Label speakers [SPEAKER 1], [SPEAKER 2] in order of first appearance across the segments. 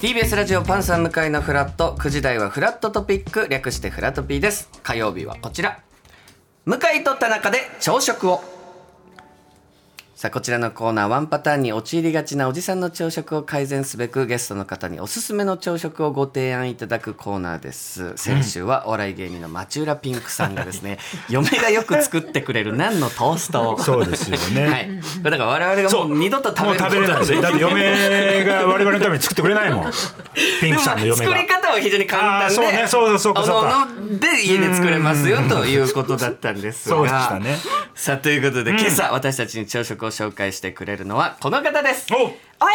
[SPEAKER 1] TBS ラジオパンサー向かいのフラット9時台はフラットトピック略してフラトピーです火曜日はこちら向井と田中で朝食をさあこちらのコーナーワンパターンに陥りがちなおじさんの朝食を改善すべくゲストの方におすすめの朝食をご提案いただくコーナーです先週はお笑い芸人の町浦ピンクさんがです ね嫁がよく作ってくれるナンのトーストを
[SPEAKER 2] そうですよね
[SPEAKER 1] はい、これだから我々がもう二度と食
[SPEAKER 2] も
[SPEAKER 1] べ
[SPEAKER 2] う
[SPEAKER 1] る
[SPEAKER 2] 食べれないですよだって嫁が我々のために作ってくれないもんピンクさんの嫁
[SPEAKER 1] でも
[SPEAKER 2] が
[SPEAKER 1] 作り方は非常に簡単で
[SPEAKER 2] あーそうねそうだそうかそうか
[SPEAKER 1] おのおので家で作れますよということだったんですが
[SPEAKER 2] そうでしたね
[SPEAKER 1] さあということで、今朝私たちに朝食を紹介してくれるのはこの方です
[SPEAKER 2] お
[SPEAKER 3] おはよ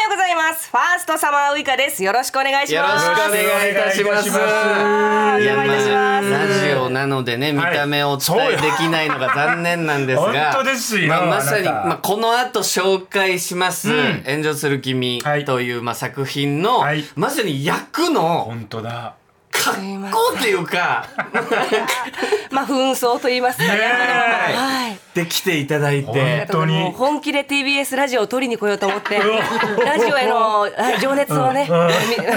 [SPEAKER 3] うございます。ファーストサマーウイカです。よろしくお願いし
[SPEAKER 1] よろ
[SPEAKER 3] ま
[SPEAKER 1] し
[SPEAKER 3] す。
[SPEAKER 1] くお願いいたします。
[SPEAKER 2] よろしくお願
[SPEAKER 3] いいたしますお願いいたします
[SPEAKER 1] ラジオなのでね、見た目をお伝えできないのが残念なんですが、
[SPEAKER 2] はいそうよ 本当ですよ
[SPEAKER 1] まあまさに、
[SPEAKER 2] あなた
[SPEAKER 1] まあ、この後紹介します、
[SPEAKER 2] ん
[SPEAKER 1] 炎上する君
[SPEAKER 2] はい
[SPEAKER 1] という、まあ、作品の、
[SPEAKER 2] はい
[SPEAKER 1] まさに役の
[SPEAKER 2] 本当だ
[SPEAKER 1] 格好っていうか、
[SPEAKER 3] まあ紛争と言いますかね。
[SPEAKER 2] ねえ
[SPEAKER 3] はい。
[SPEAKER 1] で来ていただい
[SPEAKER 2] 本
[SPEAKER 1] て、
[SPEAKER 2] 当
[SPEAKER 3] もう
[SPEAKER 2] に
[SPEAKER 3] 本気で TBS ラジオを取りに来ようと思って、ラジオへのはい情熱をね、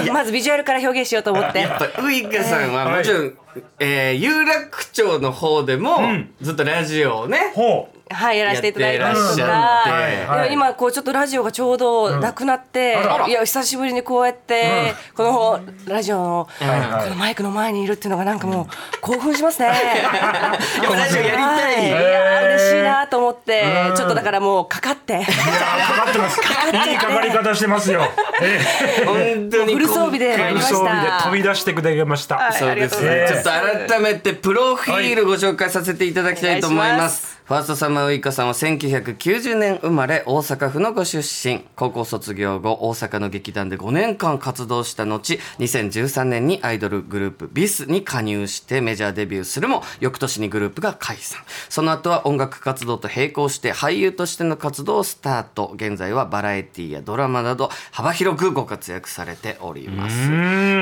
[SPEAKER 3] み まずビジュアルから表現しようと思って。
[SPEAKER 1] やっぱウイカさんはもちろん、えー有楽町の方でも、ずっとラジオをね、
[SPEAKER 2] ほう
[SPEAKER 3] はい、やらせていただいたり
[SPEAKER 1] やっ
[SPEAKER 3] と
[SPEAKER 1] て
[SPEAKER 3] か、
[SPEAKER 1] らっし
[SPEAKER 2] ゃって
[SPEAKER 3] で
[SPEAKER 2] はいはい
[SPEAKER 3] 今こうちょっとラジオがちょうどなくなって、
[SPEAKER 2] あら
[SPEAKER 3] いや久しぶりにこうやって、このラジオの、
[SPEAKER 1] はい
[SPEAKER 2] はい
[SPEAKER 3] このマイクの前にいるっていうのがなんかもう興奮しますね。
[SPEAKER 1] ぱラジオやりたい
[SPEAKER 3] は
[SPEAKER 2] へー
[SPEAKER 3] いや嬉しいなと思って
[SPEAKER 2] うん、
[SPEAKER 3] ちょっとだからもうかかって、
[SPEAKER 2] いやーかかってますいいかかり方してますよえ
[SPEAKER 1] 本当に
[SPEAKER 3] フル装備で
[SPEAKER 1] 今
[SPEAKER 3] や
[SPEAKER 1] 回
[SPEAKER 3] り
[SPEAKER 2] え
[SPEAKER 3] まし
[SPEAKER 2] 装
[SPEAKER 3] た
[SPEAKER 2] 備で飛び出してくれました、
[SPEAKER 3] はい
[SPEAKER 1] そうですね
[SPEAKER 2] あ。
[SPEAKER 1] ち
[SPEAKER 2] り
[SPEAKER 1] ょっ
[SPEAKER 2] が
[SPEAKER 1] と
[SPEAKER 2] と
[SPEAKER 1] 改めてプロフィールご紹介させていただきたいと思い
[SPEAKER 3] お願いし
[SPEAKER 1] ま
[SPEAKER 3] ますす。
[SPEAKER 1] ファーストサマーウイカさんは1990年生まれ大阪府のご出身高校卒業後大阪の劇団で5年間活動した後2013年にアイドルグループビスに加入してメジャーデビューするも翌年にグループが解散その後は音楽活動と並行して俳優としての活動をスタート現在はバラエティやドラマなど幅広くご活躍されております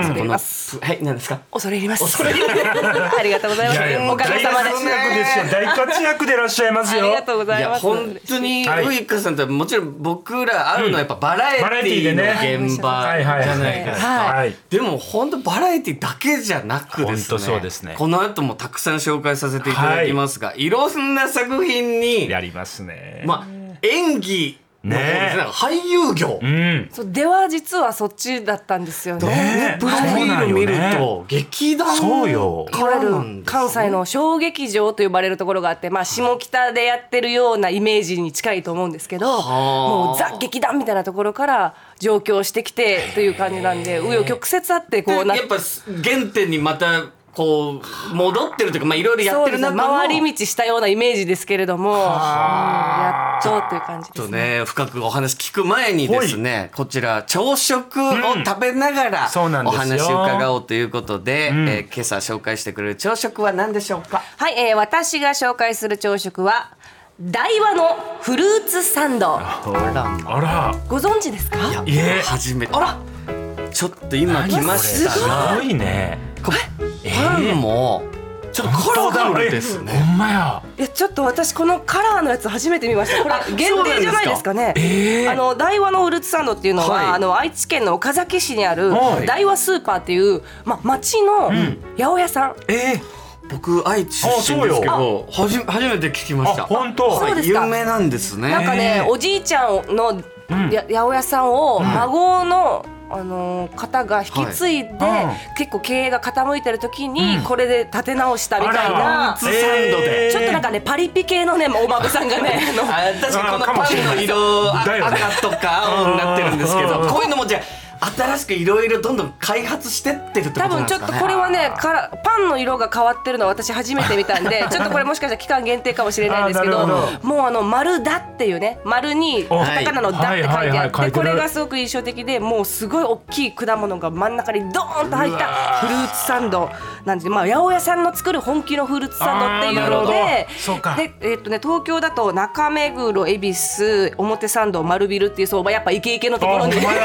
[SPEAKER 1] さあこのはい何ですか
[SPEAKER 3] 恐れ入ります。ありがとうございます。
[SPEAKER 2] いやいやもう
[SPEAKER 3] おかげさまで
[SPEAKER 2] 大活躍ですよ大活躍でいらっしゃいます
[SPEAKER 3] あり
[SPEAKER 2] よ
[SPEAKER 3] がとうござ
[SPEAKER 1] い
[SPEAKER 3] い
[SPEAKER 1] や
[SPEAKER 3] ます。
[SPEAKER 1] 本当に
[SPEAKER 2] はい
[SPEAKER 1] ウイカさんってもちろん僕ら会うのはやっぱバラ
[SPEAKER 2] バラ
[SPEAKER 1] エ
[SPEAKER 2] エ
[SPEAKER 1] テ
[SPEAKER 2] ティ
[SPEAKER 1] ィ
[SPEAKER 2] でね
[SPEAKER 1] ーの現場じゃないですか。
[SPEAKER 3] はい
[SPEAKER 2] はい
[SPEAKER 1] でも本当バラエティだけじゃなくですね
[SPEAKER 2] 本当そうですね
[SPEAKER 1] この後もたくさん紹介させていただきますが、い、ろんな作品に、
[SPEAKER 2] やりますね
[SPEAKER 1] まあ、演技の方ですね
[SPEAKER 2] ねえ
[SPEAKER 1] 俳優業、
[SPEAKER 2] うん
[SPEAKER 3] そうでは実はそっちだったんですよね。
[SPEAKER 2] ね
[SPEAKER 1] プロフィール見ると劇団
[SPEAKER 2] そうよ
[SPEAKER 3] いわゆ
[SPEAKER 1] なん
[SPEAKER 3] る
[SPEAKER 1] ですね
[SPEAKER 3] 関西の小劇場と呼ばれるところがあって、まあ、下北でやってるようなイメージに近いと思うんですけど
[SPEAKER 1] はあ
[SPEAKER 3] もうザ劇団みたいなところから上京してきてという感じなんで紆余曲折あってこうな
[SPEAKER 1] やっぱ原点にまたこう戻ってるというかまあいろいろやっ
[SPEAKER 3] そう
[SPEAKER 1] て
[SPEAKER 3] で
[SPEAKER 1] る
[SPEAKER 3] すね
[SPEAKER 1] 中の
[SPEAKER 3] 回り道したようなイメージですけれども、うんやっとという感じ
[SPEAKER 1] ち
[SPEAKER 3] で
[SPEAKER 1] ょっと
[SPEAKER 3] すね。
[SPEAKER 1] ね、深くお話聞く前にですね、こちら、朝食を食べながら、
[SPEAKER 2] そうなん
[SPEAKER 1] お
[SPEAKER 2] ですよ
[SPEAKER 1] 話を伺おうということで、えー今朝紹介してくれる朝食は何でしょうか
[SPEAKER 3] はい、えー私が紹介する朝食は台和のフルーツサンド
[SPEAKER 2] あら
[SPEAKER 3] ご存知ですか
[SPEAKER 2] いえ
[SPEAKER 1] 初めて。あらちょっと今来ました
[SPEAKER 2] す
[SPEAKER 1] が、
[SPEAKER 2] ごいね
[SPEAKER 1] これパンも、ちょっとカラフルです
[SPEAKER 2] ほ
[SPEAKER 1] ね。
[SPEAKER 2] んまや
[SPEAKER 3] いやちょっと私このカラーのやつ初めて見ましたこれ限定じゃないですかねあの大和のフルーツサンドっていうのは、
[SPEAKER 1] はい
[SPEAKER 3] あの愛知県の岡崎市にある
[SPEAKER 2] はい
[SPEAKER 3] 大和スーパーっていう、ま、町の八百屋さん、
[SPEAKER 2] ええ
[SPEAKER 1] 僕、愛知出身ですけど、はじ初めて聞きました。
[SPEAKER 2] あ本当
[SPEAKER 1] はい
[SPEAKER 3] そうですか
[SPEAKER 1] 有名なんですね。
[SPEAKER 3] なんかね、
[SPEAKER 2] えー
[SPEAKER 3] おじいちゃんのや八百屋さんを孫の、あのー方が引き継いで、
[SPEAKER 2] はいうん
[SPEAKER 3] 結構経営が傾いてる時に、これで立て直したみたい
[SPEAKER 2] あ
[SPEAKER 3] な
[SPEAKER 2] ら
[SPEAKER 1] フルーツサンドで
[SPEAKER 2] ええ
[SPEAKER 3] ちょっとなんかねパリピ系のねお孫さんがねあの
[SPEAKER 1] あ確かにこのパンの色あ
[SPEAKER 2] あかもしれないだよね
[SPEAKER 1] 赤とか青になってるんですけ
[SPEAKER 2] うんうん
[SPEAKER 1] ど
[SPEAKER 2] うん
[SPEAKER 1] こういうのもじゃあ新しくいろいろどんどん開発してってるってことなん
[SPEAKER 3] 多分
[SPEAKER 1] で
[SPEAKER 3] ちょ
[SPEAKER 1] す
[SPEAKER 3] っ
[SPEAKER 1] か
[SPEAKER 3] と
[SPEAKER 1] ね
[SPEAKER 3] これはねからパンの色が変わってるのは私初めて見たんで ちょっとこれもしかしたら期間限定かもしれないんですけ
[SPEAKER 2] あ
[SPEAKER 3] ど
[SPEAKER 2] ーなる
[SPEAKER 3] もうあの「丸だ」っていうね丸に
[SPEAKER 2] お
[SPEAKER 3] カタカナの「だ」っ
[SPEAKER 2] はい
[SPEAKER 3] て書いて
[SPEAKER 2] は
[SPEAKER 3] あ
[SPEAKER 2] いはい
[SPEAKER 3] っ
[SPEAKER 2] 書い
[SPEAKER 3] て
[SPEAKER 2] て
[SPEAKER 3] こ
[SPEAKER 2] る
[SPEAKER 3] れがすごく印象的でもうすごい大きい果物が真ん中にドーンと入ったフルーツサンドなんでまあ八百屋さんの作る本気のフルーツサンドっていうの
[SPEAKER 2] あーなる
[SPEAKER 3] で
[SPEAKER 2] ほどそうか
[SPEAKER 3] でえっとね東京だと中目黒恵比寿表参道丸ビルっていう相場やっぱイケイケの
[SPEAKER 2] あ
[SPEAKER 3] とこ
[SPEAKER 2] ほ
[SPEAKER 3] ろ
[SPEAKER 2] ん
[SPEAKER 3] に
[SPEAKER 2] まや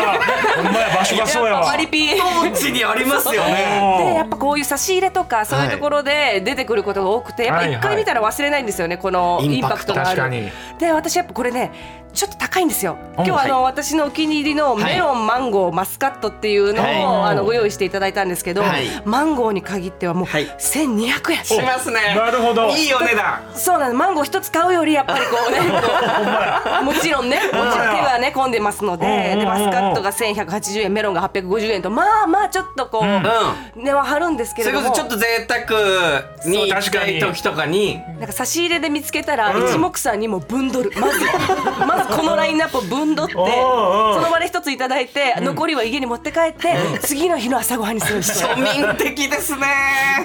[SPEAKER 2] ほんまや場所がそうや
[SPEAKER 3] やっぱ
[SPEAKER 2] わ
[SPEAKER 3] パリピ
[SPEAKER 1] 当地にありますよね
[SPEAKER 2] おー
[SPEAKER 3] でやっぱこういう差し入れとかそういうところで出てくることが多くて、やっぱ
[SPEAKER 2] はい
[SPEAKER 3] 一回見たら忘れないんですよねこの
[SPEAKER 1] イン
[SPEAKER 3] イン
[SPEAKER 1] パ
[SPEAKER 3] パ
[SPEAKER 1] ク
[SPEAKER 3] ク
[SPEAKER 1] ト
[SPEAKER 3] トがあ
[SPEAKER 2] 確か
[SPEAKER 3] る。
[SPEAKER 2] に
[SPEAKER 3] で私やっぱこれねちょっと高いんですよ。
[SPEAKER 2] お
[SPEAKER 3] 今日はあの、
[SPEAKER 1] は
[SPEAKER 3] 私のお気に入りの
[SPEAKER 1] はい
[SPEAKER 3] メロン、マンゴー、マスカットっていうのを、
[SPEAKER 1] はい
[SPEAKER 3] あのご用意していただいたんですけど、
[SPEAKER 1] はい
[SPEAKER 3] マンゴーに限ってはもう
[SPEAKER 1] はい
[SPEAKER 3] 1200円。
[SPEAKER 1] しますね。
[SPEAKER 2] なるほど
[SPEAKER 1] いいお値段。
[SPEAKER 3] そうなのマンゴー一つ買うよりやっぱりこうねこう もちろんねもちろん手はね込んでますので
[SPEAKER 2] うんうんうん
[SPEAKER 3] でマスカットが1180円メロンが850円とまあまあちょっとこう値は張るんですけ
[SPEAKER 1] そ
[SPEAKER 3] れ
[SPEAKER 1] れこ
[SPEAKER 3] ど
[SPEAKER 1] そ
[SPEAKER 3] も
[SPEAKER 1] ちょっと贅沢に
[SPEAKER 2] そう
[SPEAKER 1] 行き
[SPEAKER 2] 確
[SPEAKER 1] た
[SPEAKER 2] かに
[SPEAKER 1] い時とかに
[SPEAKER 3] なんか差し入れで見つけたら
[SPEAKER 2] うん
[SPEAKER 3] 一目散にもうぶんどる まずまずこのラインナップをぶんどってそ
[SPEAKER 2] おうおう
[SPEAKER 3] の場で一ついただいて残りは家に持って帰って次の日の朝ごはんにするんですよ
[SPEAKER 1] 庶民的ですね。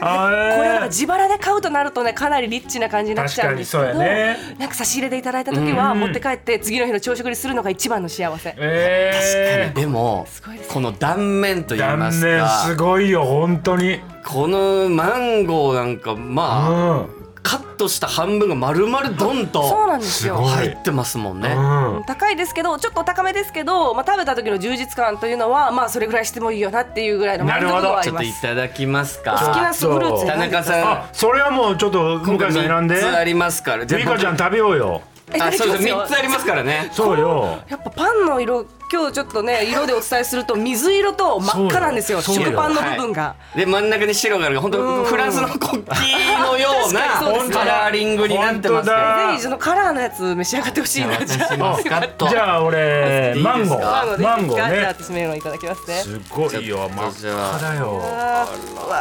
[SPEAKER 2] あ
[SPEAKER 3] これなんか
[SPEAKER 2] え
[SPEAKER 3] 自腹で買うとなるとねかなりリッチな感じになっちゃうんですけど、
[SPEAKER 2] 確かにそうや
[SPEAKER 3] なんか差し入れでいただいた時は持って帰って次の日の朝食にするのが一番の幸せ、
[SPEAKER 2] え
[SPEAKER 1] でも
[SPEAKER 3] すごいですね
[SPEAKER 1] この断面と
[SPEAKER 2] ー
[SPEAKER 1] 言いま
[SPEAKER 2] 断
[SPEAKER 1] す
[SPEAKER 2] 念す
[SPEAKER 1] か
[SPEAKER 2] ごいよ本当に
[SPEAKER 1] このマンゴーなんか
[SPEAKER 2] う
[SPEAKER 1] まあ
[SPEAKER 2] ん
[SPEAKER 1] カットした半分が丸々ドン
[SPEAKER 3] そう
[SPEAKER 1] と
[SPEAKER 3] なんです
[SPEAKER 2] す
[SPEAKER 3] よ
[SPEAKER 2] ごい
[SPEAKER 1] 入ってますもん
[SPEAKER 2] う
[SPEAKER 1] ね。
[SPEAKER 2] ん
[SPEAKER 3] 高いですけどちょっとお高めですけど、まあ、食べた時の充実感というのはまあそれぐらいしてもいいよなっていうぐらいの満足度はあ
[SPEAKER 1] ち
[SPEAKER 3] り
[SPEAKER 1] ょっ
[SPEAKER 3] ま
[SPEAKER 1] と
[SPEAKER 3] す
[SPEAKER 1] いただきます
[SPEAKER 3] お好き
[SPEAKER 1] か。
[SPEAKER 3] なフルーツ
[SPEAKER 1] 田中さん
[SPEAKER 2] あそれはもうちょっと向井さん選ん
[SPEAKER 1] 三
[SPEAKER 2] で
[SPEAKER 1] つありますから。
[SPEAKER 2] 美香ちゃん食べようよ
[SPEAKER 3] えいた
[SPEAKER 1] あ、
[SPEAKER 3] だきま
[SPEAKER 1] そうです。
[SPEAKER 3] すよ
[SPEAKER 1] 三つありますからね。
[SPEAKER 2] そうよ
[SPEAKER 3] やっぱパンの色今日ちょっとね色でお伝えすると水色と真っ赤なんですよ
[SPEAKER 2] そうよ
[SPEAKER 3] 食パンの部分が、
[SPEAKER 1] で真ん中に白がある本当フランスの国旗のよう
[SPEAKER 3] 確かにそう
[SPEAKER 1] な
[SPEAKER 3] ですね
[SPEAKER 1] カラーリングになってますけど
[SPEAKER 2] 本当だ
[SPEAKER 3] ぜひそのカラーのやつ召し上がってほしいなじゃあ
[SPEAKER 1] 私マスカット
[SPEAKER 2] じゃあ俺
[SPEAKER 1] いいですか
[SPEAKER 2] マンゴーマ
[SPEAKER 3] マン
[SPEAKER 2] ン
[SPEAKER 3] ゴ
[SPEAKER 2] ゴ
[SPEAKER 3] ー
[SPEAKER 2] ー
[SPEAKER 3] ね。じゃあ
[SPEAKER 2] ね
[SPEAKER 3] 私メロンいただきますね。
[SPEAKER 2] すごいよ真っ赤だよ
[SPEAKER 3] あーうわ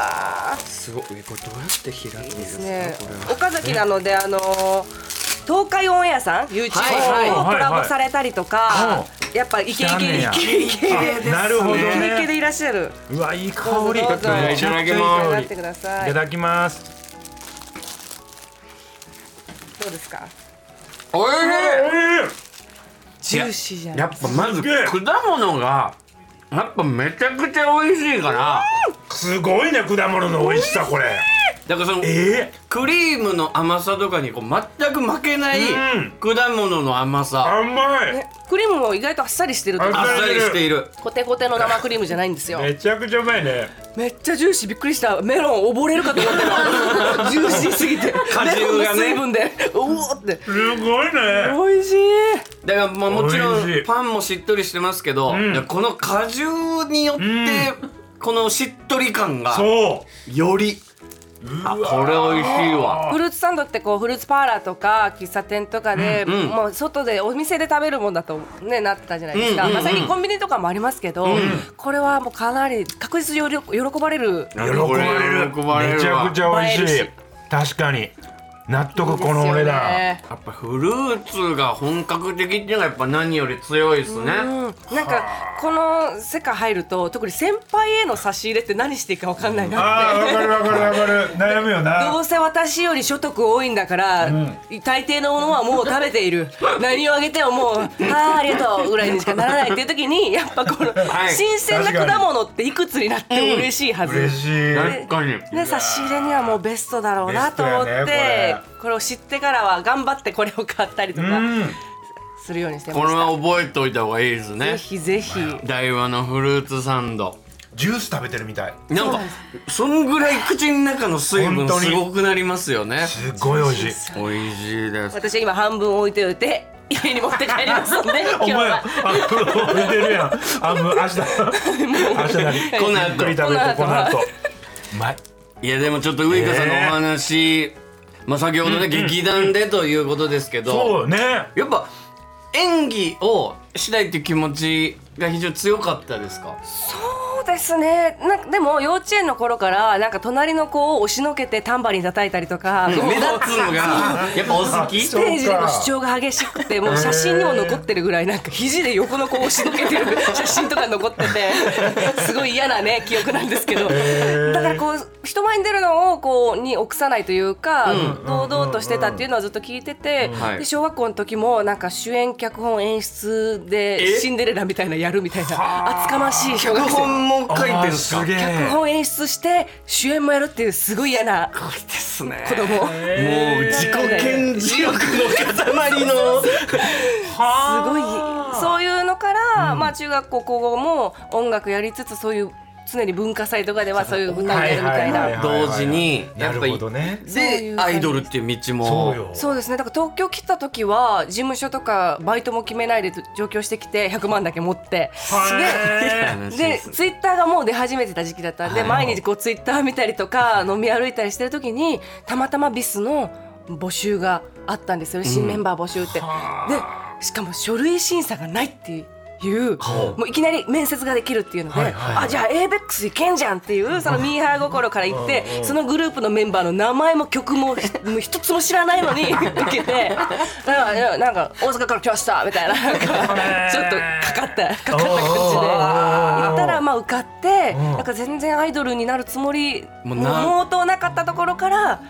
[SPEAKER 3] あ、
[SPEAKER 1] すごいこれどうやって開くんで
[SPEAKER 3] です
[SPEAKER 1] す
[SPEAKER 3] ね
[SPEAKER 1] かこれは。。
[SPEAKER 3] 岡崎なのであのー東海オンエアさん YouTube と
[SPEAKER 1] はい
[SPEAKER 2] はい
[SPEAKER 3] コラボされたりとか
[SPEAKER 2] は、
[SPEAKER 3] やっぱイケイ
[SPEAKER 2] 汚
[SPEAKER 3] ケ
[SPEAKER 2] ねえ
[SPEAKER 3] イ
[SPEAKER 2] や
[SPEAKER 3] ケイケで
[SPEAKER 2] あなるほど
[SPEAKER 3] イケイケ
[SPEAKER 2] ね
[SPEAKER 3] でいらっしゃる。
[SPEAKER 2] うわいい香り
[SPEAKER 3] どうぞどうぞ
[SPEAKER 2] めちゃくちゃいい
[SPEAKER 3] 召し上
[SPEAKER 2] 香
[SPEAKER 3] がっ
[SPEAKER 2] り
[SPEAKER 3] てくだ
[SPEAKER 2] い
[SPEAKER 3] さい。
[SPEAKER 2] た
[SPEAKER 3] ど
[SPEAKER 2] だきます
[SPEAKER 3] うですか？
[SPEAKER 1] おい
[SPEAKER 3] ジューシーじゃん。
[SPEAKER 1] やっぱまず
[SPEAKER 2] すげえ
[SPEAKER 1] 果物がやっぱめちゃくちゃ美味しいから
[SPEAKER 2] すごいね果物の美味しさこれ
[SPEAKER 1] だからその
[SPEAKER 2] え
[SPEAKER 1] クリームの甘さとかにこう全く負けない
[SPEAKER 2] うん
[SPEAKER 1] 果物の甘さ
[SPEAKER 2] 甘い
[SPEAKER 3] ねクリームも意外とあっさりしてると
[SPEAKER 1] あっ
[SPEAKER 3] か。
[SPEAKER 2] あ
[SPEAKER 1] さりしている
[SPEAKER 3] コテコテの生クリームじゃないんですよ。
[SPEAKER 2] めちゃくちゃうまいね
[SPEAKER 3] めっちゃジューシーびっくりしたメロン溺れるかと思った よジューシーすぎて
[SPEAKER 1] 果汁がね
[SPEAKER 3] メロンの水分でうおーって
[SPEAKER 2] すごいね
[SPEAKER 3] 美味しい
[SPEAKER 1] だからまあもちろ
[SPEAKER 2] 美味し
[SPEAKER 1] ん
[SPEAKER 2] い
[SPEAKER 1] パンもしっとりしてますけど、
[SPEAKER 2] ん
[SPEAKER 1] いやこの果汁によって、このしっとり感が
[SPEAKER 2] そう
[SPEAKER 1] よりあこれ美味しいわ
[SPEAKER 3] フルーツサンドってこうフルーツパーラーとか喫茶店とかで、
[SPEAKER 1] ん
[SPEAKER 3] もう外でお店で食べるもんだとねなってたじゃないですか、
[SPEAKER 1] うんうんうん
[SPEAKER 3] まあ、最近コンビニとかもありますけど、これはもうかなり確実により喜ばれる
[SPEAKER 2] 喜ばれる
[SPEAKER 1] 喜ばれるわ
[SPEAKER 2] めちゃくちゃ美味し
[SPEAKER 3] 映え
[SPEAKER 2] い
[SPEAKER 3] るし
[SPEAKER 2] 確かに納得このお値段
[SPEAKER 3] ですよね
[SPEAKER 1] やっぱフルーツが本格的っていうのがやっぱ何より強いですね、
[SPEAKER 3] うん、なんかこの世界入ると特に先輩への差し入れって何していいか分かんないなっ
[SPEAKER 2] あー
[SPEAKER 3] て
[SPEAKER 2] わかるわかるわかる悩むよ
[SPEAKER 3] ど
[SPEAKER 2] な
[SPEAKER 3] うせ私より所得多いんだから、大抵のものはもう食べてい る何をあげてももう「ああありがとう」ぐらいにしかならないっていう時にやっぱこの、
[SPEAKER 1] はい
[SPEAKER 3] 新鮮な
[SPEAKER 2] 確かに
[SPEAKER 3] 果物っていくつになっても嬉しいはず、
[SPEAKER 2] 嬉しい
[SPEAKER 1] 確かに
[SPEAKER 3] ね、差し入れにはもうベストだろうなと思って、
[SPEAKER 2] ベストやね
[SPEAKER 3] これを知ってからは頑張ってこれを買ったりと
[SPEAKER 2] う
[SPEAKER 3] か
[SPEAKER 2] ん
[SPEAKER 3] するようにしてま
[SPEAKER 1] これ
[SPEAKER 3] し
[SPEAKER 1] は覚えておいた方がいいです
[SPEAKER 3] た。ぜ
[SPEAKER 1] ね
[SPEAKER 3] ひぜひ
[SPEAKER 1] 台湾のフルーツサンド
[SPEAKER 2] ジュース食べてるみたい
[SPEAKER 1] なんかそんぐらい口の中の水分
[SPEAKER 2] 本当に
[SPEAKER 1] すごくなりますよね
[SPEAKER 2] すごい美味しい
[SPEAKER 1] 美味しいです
[SPEAKER 3] 私は今半分置いておいて家に持って帰りますので 今
[SPEAKER 2] お
[SPEAKER 3] 日
[SPEAKER 2] 前
[SPEAKER 3] は
[SPEAKER 2] あ。これ置いてるやんあむ明日明日何
[SPEAKER 1] この
[SPEAKER 2] ゆっくり
[SPEAKER 1] 後
[SPEAKER 2] 食べてこ
[SPEAKER 3] この
[SPEAKER 2] の
[SPEAKER 3] 後
[SPEAKER 2] 後うまい
[SPEAKER 1] いやでもちょっとウイカさんのお話、まあ先ほどね、劇団でということですけど
[SPEAKER 2] そうね
[SPEAKER 1] やっぱ演技をしたいっていう気持ちが非常に強かったですか
[SPEAKER 3] そうですねなんかでも幼稚園の頃からなんか隣の子を押しのけてタンバリン叩いたりとか、
[SPEAKER 1] 目立つのが やっぱお好きい
[SPEAKER 2] あそう
[SPEAKER 3] ステージでの主張が激しくてもう写真にも残ってるぐらいなんか肘で横の子を押しのけ てる写真とか残っててすごい嫌なね記憶なんですけどだからこう人前に出るのをこうに臆さないというか、堂々としてたっていうのはずっと聞いてて、
[SPEAKER 1] はい
[SPEAKER 3] で小学校の時もなんか主演脚本演出
[SPEAKER 1] え
[SPEAKER 3] でシンデレラみたいなやるみたいな厚かましい小
[SPEAKER 1] 脚
[SPEAKER 3] 学生
[SPEAKER 1] 本も書いてるんです
[SPEAKER 2] す
[SPEAKER 1] か
[SPEAKER 2] げえ
[SPEAKER 3] 脚本演出して主演もやるっていうすごい嫌な
[SPEAKER 1] これですね
[SPEAKER 3] 子供を
[SPEAKER 1] もう自己顕示欲の塊の
[SPEAKER 3] すごいそういうのから、まあ中学校高校も音楽やりつつそういう常に文化祭とかではそういう歌をやるみたい
[SPEAKER 2] はいはいはい
[SPEAKER 3] な。
[SPEAKER 1] 同時に
[SPEAKER 2] な
[SPEAKER 1] やっぱ
[SPEAKER 2] る
[SPEAKER 1] り
[SPEAKER 2] ほどね
[SPEAKER 3] そうい
[SPEAKER 1] で
[SPEAKER 3] う感
[SPEAKER 1] ア
[SPEAKER 3] じ
[SPEAKER 1] イドルっていう道
[SPEAKER 2] そ
[SPEAKER 1] も
[SPEAKER 2] うよ
[SPEAKER 3] そうですねだから東京来た時は事務所とかバイトも決めないで上京してきて100万だけ持って
[SPEAKER 2] へ
[SPEAKER 1] ー
[SPEAKER 3] でツイッターがもう出始めてた時期だったんで、毎日こうツイッター見たりとか飲み歩いたりしてる時にたまたまビスの募集があったんですよね新メンバー募集って。でしかも書類審査がないっていう。もういきなり面接ができるっていうので、
[SPEAKER 2] はいはい
[SPEAKER 3] あじゃあ ABEX いけんじゃんっていうそのミーハー心から言ってそのグループのメンバーの名前も 曲もひもう一つも知らないのに受けてなんかいやなんか大阪から来ましたみたいななんかちょっとかかったかかった感じで行ったらまあ受かってなんか全然アイドルになるつもり
[SPEAKER 1] も
[SPEAKER 3] も
[SPEAKER 1] うな
[SPEAKER 3] 毛頭なかったところから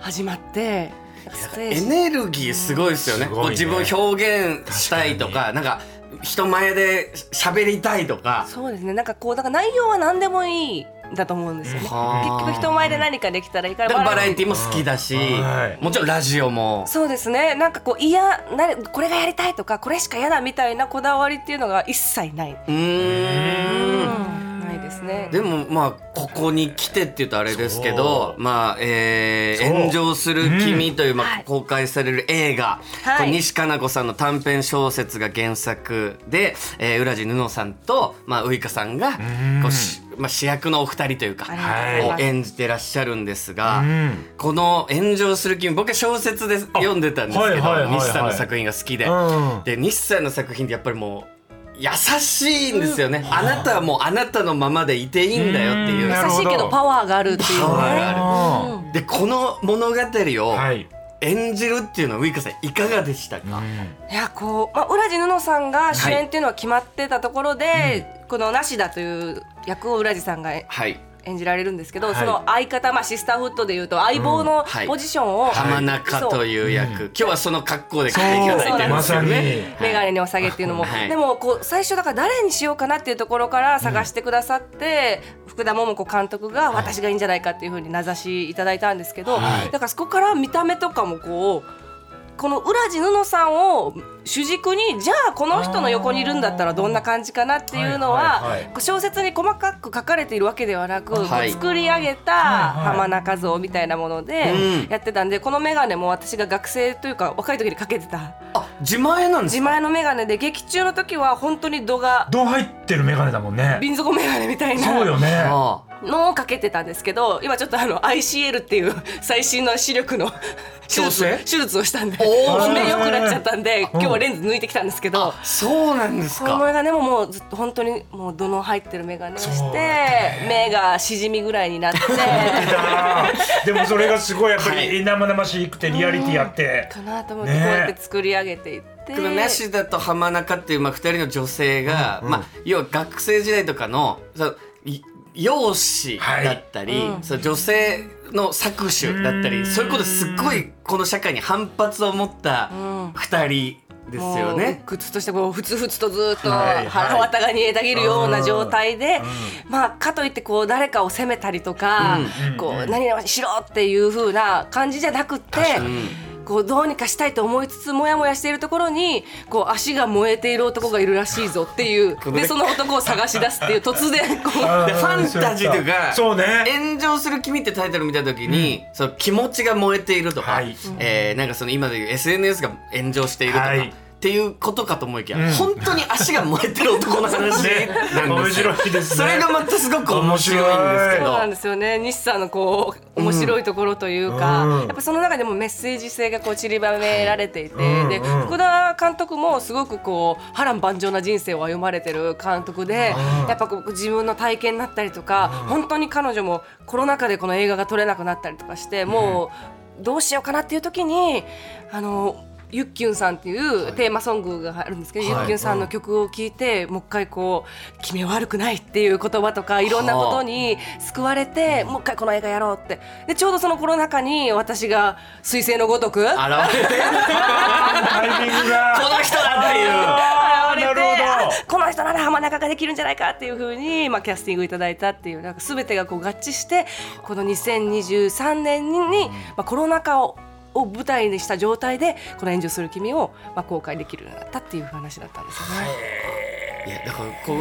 [SPEAKER 3] 始まってステー
[SPEAKER 1] エ
[SPEAKER 3] ジ
[SPEAKER 1] ネルギーすごいですよね
[SPEAKER 2] すごいね
[SPEAKER 1] こう自分を表現したいとかなんか人前で喋りたいとか
[SPEAKER 3] そうですね。なんかこうだから内容は何でもいいんだと思うんですよね。
[SPEAKER 1] はあ
[SPEAKER 3] 結局人前で何かできたらいいから
[SPEAKER 1] だからバラエ
[SPEAKER 3] ティ
[SPEAKER 1] ティも好きだし
[SPEAKER 2] はい
[SPEAKER 1] もちろんラジオも
[SPEAKER 3] そうですね。なんかこういやなこれがやりたいとかこれしかやだみたいなこだわりっていうのが一切ない。
[SPEAKER 1] うーん
[SPEAKER 3] ないですね。
[SPEAKER 1] でもまあここに来てって言うとあれですけど
[SPEAKER 2] そ
[SPEAKER 1] まあえー
[SPEAKER 2] そう
[SPEAKER 1] 炎上する君」という、ま
[SPEAKER 3] は
[SPEAKER 1] あ、
[SPEAKER 3] い
[SPEAKER 1] 公開される映画、
[SPEAKER 3] はい
[SPEAKER 1] これ西加奈子さんの短編小説が原作で、えー、浦地布さんと、まあ、ウイカさんが
[SPEAKER 2] ん
[SPEAKER 1] こうし、まあ、主役のお二人というか
[SPEAKER 3] ありがとうござい
[SPEAKER 1] を
[SPEAKER 3] ます
[SPEAKER 1] 演じてらっしゃるんですが、
[SPEAKER 2] うん
[SPEAKER 1] この「炎上する君」僕は小説で読んでたんですけど、
[SPEAKER 2] はいはいはいはい
[SPEAKER 1] 西さんの作品が好きで。
[SPEAKER 2] うん
[SPEAKER 1] で西さんの作品ってやっぱりもう優しいんですよね、あなたはもうあなたのままでいていいんだよっていううん
[SPEAKER 2] なる
[SPEAKER 3] 優しいけどパワーがあるっていうね。
[SPEAKER 1] パワーがある
[SPEAKER 2] あ
[SPEAKER 1] でこの物語を
[SPEAKER 2] はい
[SPEAKER 1] 演じるっていうのはウイカさんいかがでしたか、
[SPEAKER 3] いやこう、まあ、浦地布さんが主演っていうのは決まってたところで、この「なしだ」という役を浦地さんが
[SPEAKER 1] はい
[SPEAKER 3] 演じられるんですけど、
[SPEAKER 2] はい
[SPEAKER 3] その相方、まあ、シスターフットでいうと相棒
[SPEAKER 1] ん
[SPEAKER 3] の
[SPEAKER 1] はい
[SPEAKER 3] ポジションを、
[SPEAKER 1] 浜中という役、今日はその格好で来ていただいてるん
[SPEAKER 2] ま
[SPEAKER 1] ですよ
[SPEAKER 2] さに
[SPEAKER 1] ね、
[SPEAKER 3] メガネにお下げっていうのも、
[SPEAKER 1] はい
[SPEAKER 3] でもこう最初だから誰にしようかなっていうところから探してくださって、福田桃子監督が私がいいんじゃないかっていうふうに名指しいただいたんですけど、
[SPEAKER 1] はい
[SPEAKER 3] だからそこから見た目とかもこうこの浦地布さんを主軸にじゃあこの人の横にいるんだったらどんな感じかなっていうのは,、
[SPEAKER 2] はいはいはい
[SPEAKER 3] 小説に細かく書かれているわけではなく、
[SPEAKER 1] はい
[SPEAKER 3] 作り上げた浜中像みたいなもので
[SPEAKER 1] うん
[SPEAKER 3] やってたんで、この眼鏡も私が学生というか若い時にかけてた
[SPEAKER 1] あ自前なんです
[SPEAKER 3] 自
[SPEAKER 1] か
[SPEAKER 3] 前の眼鏡で劇中の時は本当に度が
[SPEAKER 2] どう入ってるメガネだもんね
[SPEAKER 3] 瓶底眼鏡みたい
[SPEAKER 2] そう
[SPEAKER 3] な
[SPEAKER 2] よね
[SPEAKER 1] ああ
[SPEAKER 3] のをかけてたんですけど今ちょっとあの ICL っていう最新の視力の手術
[SPEAKER 1] 矯正
[SPEAKER 3] 手術をしたんで
[SPEAKER 1] おー
[SPEAKER 3] 目良くなっちゃったんで今日はレンズ抜いてきたんですけど。
[SPEAKER 1] そうなんです
[SPEAKER 3] この
[SPEAKER 1] か
[SPEAKER 3] 眼鏡ももうずっと本当にもうどの入ってる眼鏡を
[SPEAKER 2] そ
[SPEAKER 3] し
[SPEAKER 2] うだ
[SPEAKER 3] て
[SPEAKER 2] ね
[SPEAKER 3] 目がしじみぐらいになって
[SPEAKER 2] あーでもそれがすごいやっぱ
[SPEAKER 1] はい
[SPEAKER 2] り生々しくてリアリティあって
[SPEAKER 3] かなと思ってこ
[SPEAKER 2] ね
[SPEAKER 3] うやって作り上げていって。
[SPEAKER 1] このなしだと浜中っていう、まあ、二人の女性が、まあ、要は学生時代とかのそのい容姿だったり、その女性の搾取だったりそういうことすっごいこの社会に反発を持った二人ですよね。
[SPEAKER 3] 靴としてこうふつふつとずっと
[SPEAKER 2] はい
[SPEAKER 3] 腹渡が煮えたぎるような状態で、まあかといってこう誰かを責めたりとか、こう何々しろっていう風な感じじゃなくって。こうどうにかしたいと思いつつもやもやしているところにこう足が燃えている男がいるらしいぞって いう
[SPEAKER 1] のね
[SPEAKER 3] でその男を探し出すっていう突然 こう
[SPEAKER 2] あ
[SPEAKER 1] でファンタジーというか
[SPEAKER 2] そうね
[SPEAKER 1] 炎上する君」ってタイトル見た時に、その気持ちが燃えているとか、
[SPEAKER 2] はい
[SPEAKER 1] えーなんかその今でいう SNS が炎上しているとか、
[SPEAKER 2] はい
[SPEAKER 1] っていうことかと思いきや、本当に足が燃えてる男の話なんです
[SPEAKER 2] ね
[SPEAKER 1] よ
[SPEAKER 2] 面白いですね
[SPEAKER 1] それがまたすごく面白いんですけ
[SPEAKER 3] そうなん
[SPEAKER 1] ど。
[SPEAKER 3] ですよね西さんのこう面白いところというか、
[SPEAKER 2] うん
[SPEAKER 3] やっぱその中でもメッセージ性がこう散りばめられていて、
[SPEAKER 2] うん
[SPEAKER 3] で
[SPEAKER 2] うん
[SPEAKER 3] 福田監督もすごくこう波乱万丈な人生を歩まれてる監督で、やっぱこう自分の体験だったりとか、本当に彼女もコロナ禍でこの映画が撮れなくなったりとかしてもうどうしようかなっていう時にあのゆっきゅんさんっていうテーマソングがあるんですけど、
[SPEAKER 2] はい
[SPEAKER 3] ゆっきゅんさんの曲を聴いて、もう一回こう「君は悪くない」っていう言葉とかいろんなことに救われて、もう一回この映画やろうってでちょうどそのコロナ禍に私が「彗星のごとく」現
[SPEAKER 1] 現れてこの
[SPEAKER 2] タイミングが
[SPEAKER 1] 人だっていう。
[SPEAKER 2] あー
[SPEAKER 3] れて
[SPEAKER 2] なるほど
[SPEAKER 3] あこの人なら浜中ができるんじゃないかっていうふうに、まあ、キャスティングいただいたっていうなんか全てがこう合致してこの2023年に、まあ、コロナ禍をを舞台にした状態でこの「炎上する君を」まあ、公開できるようになったっていう話だったんですよね。
[SPEAKER 1] いやだからこ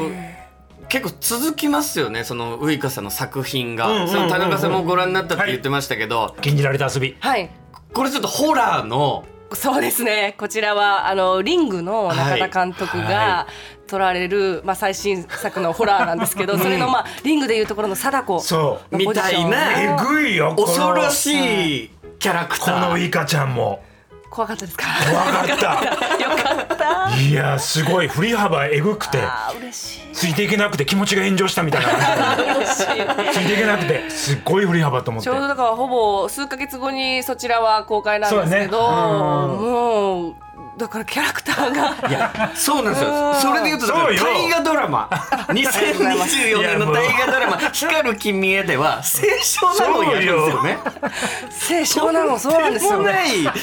[SPEAKER 1] う結構続きますよねそのウイカさんの作品が、
[SPEAKER 2] うんうんうんうん
[SPEAKER 1] その田中さんもご覧になったって言ってましたけど、
[SPEAKER 2] 禁じられた遊び。
[SPEAKER 3] はい
[SPEAKER 1] これちょっとホラーの
[SPEAKER 3] そうですねこちらはあのリングの中田監督
[SPEAKER 1] はいは
[SPEAKER 3] が撮られる、まあ、最新作のホラーなんですけど、それの、まあ、リングでいうところの貞子
[SPEAKER 2] そう。
[SPEAKER 1] みたい
[SPEAKER 2] え
[SPEAKER 1] な
[SPEAKER 2] ぐいよ。この
[SPEAKER 1] 恐ろしいキャラク
[SPEAKER 2] こ
[SPEAKER 1] タ
[SPEAKER 2] の
[SPEAKER 1] ー
[SPEAKER 2] イカちゃんも。
[SPEAKER 3] 怖かったですか
[SPEAKER 2] 怖かっ
[SPEAKER 3] よかった
[SPEAKER 2] た。いや、すごい。振り幅えぐくて。
[SPEAKER 3] あー嬉しい
[SPEAKER 2] ついていけなくて気持ちが炎上したみたいな感
[SPEAKER 3] 嬉し
[SPEAKER 2] じ。
[SPEAKER 3] い
[SPEAKER 2] ついていけなくて、すっごい振り幅と思って。
[SPEAKER 3] ちょうどだからほぼ数ヶ月後にそちらは公開なんですけど、
[SPEAKER 2] そうだねうん
[SPEAKER 3] もうだからキャラクターが
[SPEAKER 1] いやそうなんです
[SPEAKER 3] う
[SPEAKER 1] よ
[SPEAKER 3] ん
[SPEAKER 1] それでいうとだから
[SPEAKER 2] そうよ
[SPEAKER 1] 大河ドラマ2024年の大河ドラマ「光る君へ」では清少なのをやるんですよね。
[SPEAKER 3] 清少なのそうなんですよ
[SPEAKER 1] とんでも
[SPEAKER 3] ね。
[SPEAKER 1] ない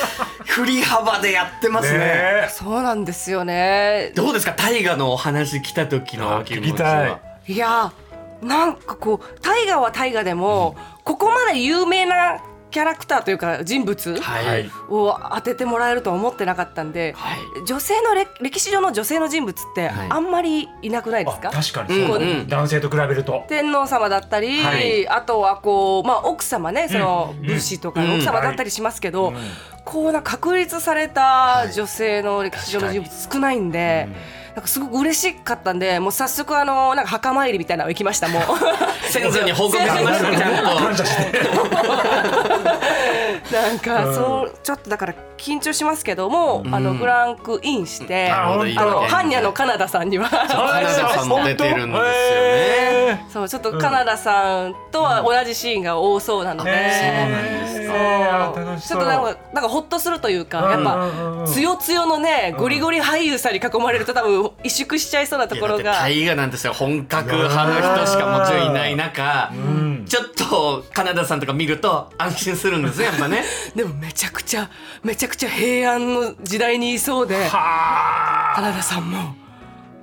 [SPEAKER 1] 振り幅でやってますね。
[SPEAKER 2] ね
[SPEAKER 3] そうなんですよね。
[SPEAKER 1] どうですか大河のお話来た時のお気持ち
[SPEAKER 2] 聞きたい
[SPEAKER 1] は。
[SPEAKER 3] いやなんかこう大河は大河でも、ここまで有名なキャラクターというか人物
[SPEAKER 1] はい。
[SPEAKER 2] は
[SPEAKER 1] はいい。
[SPEAKER 3] を当ててもらえるとは思ってなかったんで、女性の歴歴史上の女性の人物っ
[SPEAKER 1] は
[SPEAKER 3] て
[SPEAKER 1] い
[SPEAKER 3] あんまりいなくないです
[SPEAKER 2] あ
[SPEAKER 3] か、
[SPEAKER 2] 確かにそうだ
[SPEAKER 1] うん
[SPEAKER 2] ね
[SPEAKER 1] うん
[SPEAKER 2] 男性と比べると。
[SPEAKER 3] 天皇様だったり、
[SPEAKER 1] はい
[SPEAKER 3] あとはこう、まあ、奥様ねその
[SPEAKER 2] うん
[SPEAKER 3] 武士とかの奥様だったりしますけど、
[SPEAKER 2] うん
[SPEAKER 3] こうな確立された女性の歴史上の人物少ないんで、なんかすごく嬉しかったんでもう早速あのなんか墓参りみたいなの行きましたもう
[SPEAKER 1] 先祖に報告しまし
[SPEAKER 3] 先祖
[SPEAKER 1] た
[SPEAKER 3] に
[SPEAKER 1] ちゃん
[SPEAKER 2] 感
[SPEAKER 1] と。
[SPEAKER 2] 謝して。
[SPEAKER 3] なんかそうちょっとだから緊張しますけども、あのフランクインして、
[SPEAKER 2] あ本当
[SPEAKER 3] あの般若のカナダさんには
[SPEAKER 1] カナダさんも出てるんですよね
[SPEAKER 2] えー
[SPEAKER 3] そうちょっとカナダさんとは同じシーンが多そうなので、
[SPEAKER 2] へーそうなんですか
[SPEAKER 3] そう
[SPEAKER 2] 楽し
[SPEAKER 3] ち
[SPEAKER 2] そ
[SPEAKER 3] ょ
[SPEAKER 2] う
[SPEAKER 3] っとなんかなんかほっとするというか、やっ
[SPEAKER 2] うんうんうん
[SPEAKER 3] ぱ強強のねゴリゴリ俳優さんに囲まれると多分萎縮しちゃいそうなところ
[SPEAKER 1] いやだって
[SPEAKER 3] が。
[SPEAKER 1] 大河なんですよ本格派の人しかもちろんいない中、ちょっとカナダさんとか見ると安心するんですねやっぱね。
[SPEAKER 3] でもめちゃくちゃめちゃくちゃ平安の時代にいそうで
[SPEAKER 2] はあ。
[SPEAKER 3] 花田さんも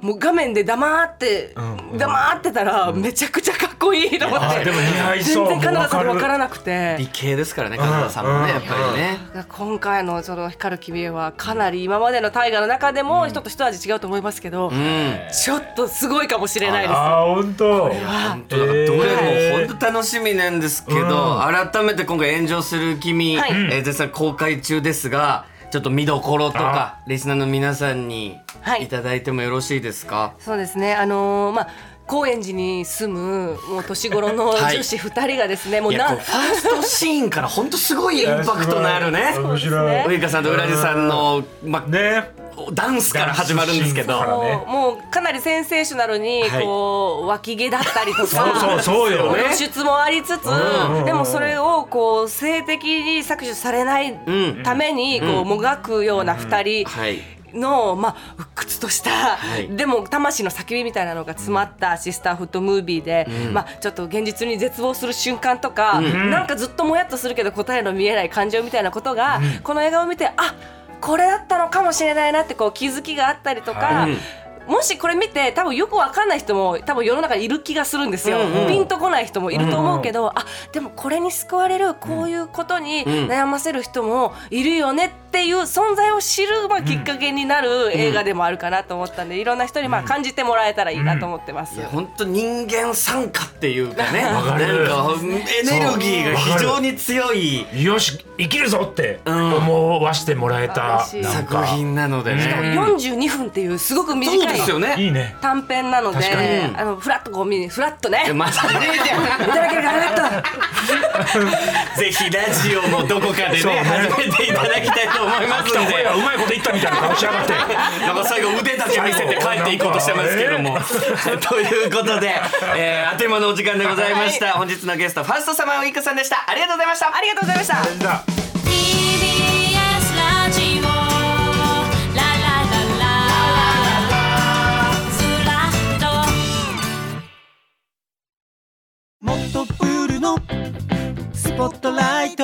[SPEAKER 3] もう画面で黙って、
[SPEAKER 2] うんうん
[SPEAKER 3] 黙ってたらめちゃくちゃかっこいいと思っ
[SPEAKER 2] あ
[SPEAKER 3] て、
[SPEAKER 2] でも似合いそう
[SPEAKER 3] 全然カナダさん
[SPEAKER 2] わかる
[SPEAKER 3] 分からなくて
[SPEAKER 1] 理系ですからねカナダさんもね
[SPEAKER 2] うん
[SPEAKER 1] やっぱりね。
[SPEAKER 3] 今回のその光る君へはかなり今までの大河の中でも人と一味違うと思いますけど、
[SPEAKER 1] うん。
[SPEAKER 3] ちょっとすごいかもしれないです。
[SPEAKER 2] あー本当。
[SPEAKER 1] 本当だからどれ
[SPEAKER 2] え
[SPEAKER 1] も
[SPEAKER 2] ー
[SPEAKER 1] 本当楽しみなんですけど、改めて今回炎上する君、
[SPEAKER 3] はい
[SPEAKER 1] えー絶賛公開中ですがちょっと見どころとかリスナーの皆さんに
[SPEAKER 3] はい
[SPEAKER 1] いただいてもよろしいですか、
[SPEAKER 3] そうですねあのーまあ高円寺に住むもう年頃の
[SPEAKER 1] はい
[SPEAKER 3] 女子二人がですね、も
[SPEAKER 1] いうや
[SPEAKER 3] な
[SPEAKER 1] こ
[SPEAKER 3] ん
[SPEAKER 1] うファーストシーンから本当すごいインパクトのあるね
[SPEAKER 2] いやすごい面白
[SPEAKER 1] ウ
[SPEAKER 2] い。
[SPEAKER 1] イカさんとウラジさんの、まあ、
[SPEAKER 2] ね。
[SPEAKER 1] ダンスから始まるんですけ
[SPEAKER 2] ダンスシーンから
[SPEAKER 1] ど
[SPEAKER 2] ね
[SPEAKER 3] もうもうかなりセンセーショナルに
[SPEAKER 1] はい
[SPEAKER 3] こう、脇毛だったりとか
[SPEAKER 2] そうそうそうよ。
[SPEAKER 1] ね
[SPEAKER 3] 露出もありつつ、
[SPEAKER 2] うん
[SPEAKER 3] でもそれをこう性的に搾取されない
[SPEAKER 1] ん
[SPEAKER 3] ためにこうもがくような二人
[SPEAKER 1] はい
[SPEAKER 3] の、まあ、鬱屈とした、
[SPEAKER 1] い
[SPEAKER 3] でも魂の叫びみたいなのが詰まったシスターフットムービーで、まあ、ちょっと現実に絶望する瞬間とか、なんかずっともやっとするけど答えの見えない感情みたいなことが、この映画を見てあこれだったのかもしれないなってこう気づきがあったりとか。
[SPEAKER 1] い
[SPEAKER 3] もしこれ見て多分よくわかんない人も多分世の中にいる気がするんですよ、
[SPEAKER 1] うんうん
[SPEAKER 3] ピンとこない人もいると思うけど、あでもこれに救われるこういうことに悩ませる人もいるよねっていう存在を知る、まあ、きっかけになる映画でもあるかなと思ったんでいろんな人にまあ感じてもらえたらいいなと思ってます。
[SPEAKER 1] いや本当人間参加っていうかね
[SPEAKER 2] わかる
[SPEAKER 1] なんかエネルギーが非常に強い
[SPEAKER 2] よし生きるぞって思わせてもらえた、
[SPEAKER 3] うん
[SPEAKER 2] なん
[SPEAKER 1] 作
[SPEAKER 2] か
[SPEAKER 1] 品なのでね。
[SPEAKER 3] 42分っていうすごく短
[SPEAKER 1] そうで
[SPEAKER 3] い
[SPEAKER 1] すよね。
[SPEAKER 2] いいね
[SPEAKER 3] 短編なので
[SPEAKER 2] 確か
[SPEAKER 1] に
[SPEAKER 3] あのフラッとこう見にフラッとね
[SPEAKER 1] いやまさに
[SPEAKER 3] いただけるかなと
[SPEAKER 1] ぜひラジオもどこかでね
[SPEAKER 2] そうね
[SPEAKER 1] 始めていただきたいと思います
[SPEAKER 2] 来 た
[SPEAKER 1] の
[SPEAKER 2] お前
[SPEAKER 1] で
[SPEAKER 2] らうまいこと言ったみたいな顔し やがって
[SPEAKER 1] なんか最後腕だけ見せて帰っていこうとしてますけども。 ということで、えー、あっという間のお時間でございました、本日のゲストファーストサマーウイカさんでしたありがとうございました
[SPEAKER 3] ありがとうございました。
[SPEAKER 2] だ
[SPEAKER 4] TBS ラジオララララずらっと
[SPEAKER 5] もっとプールのスポットライト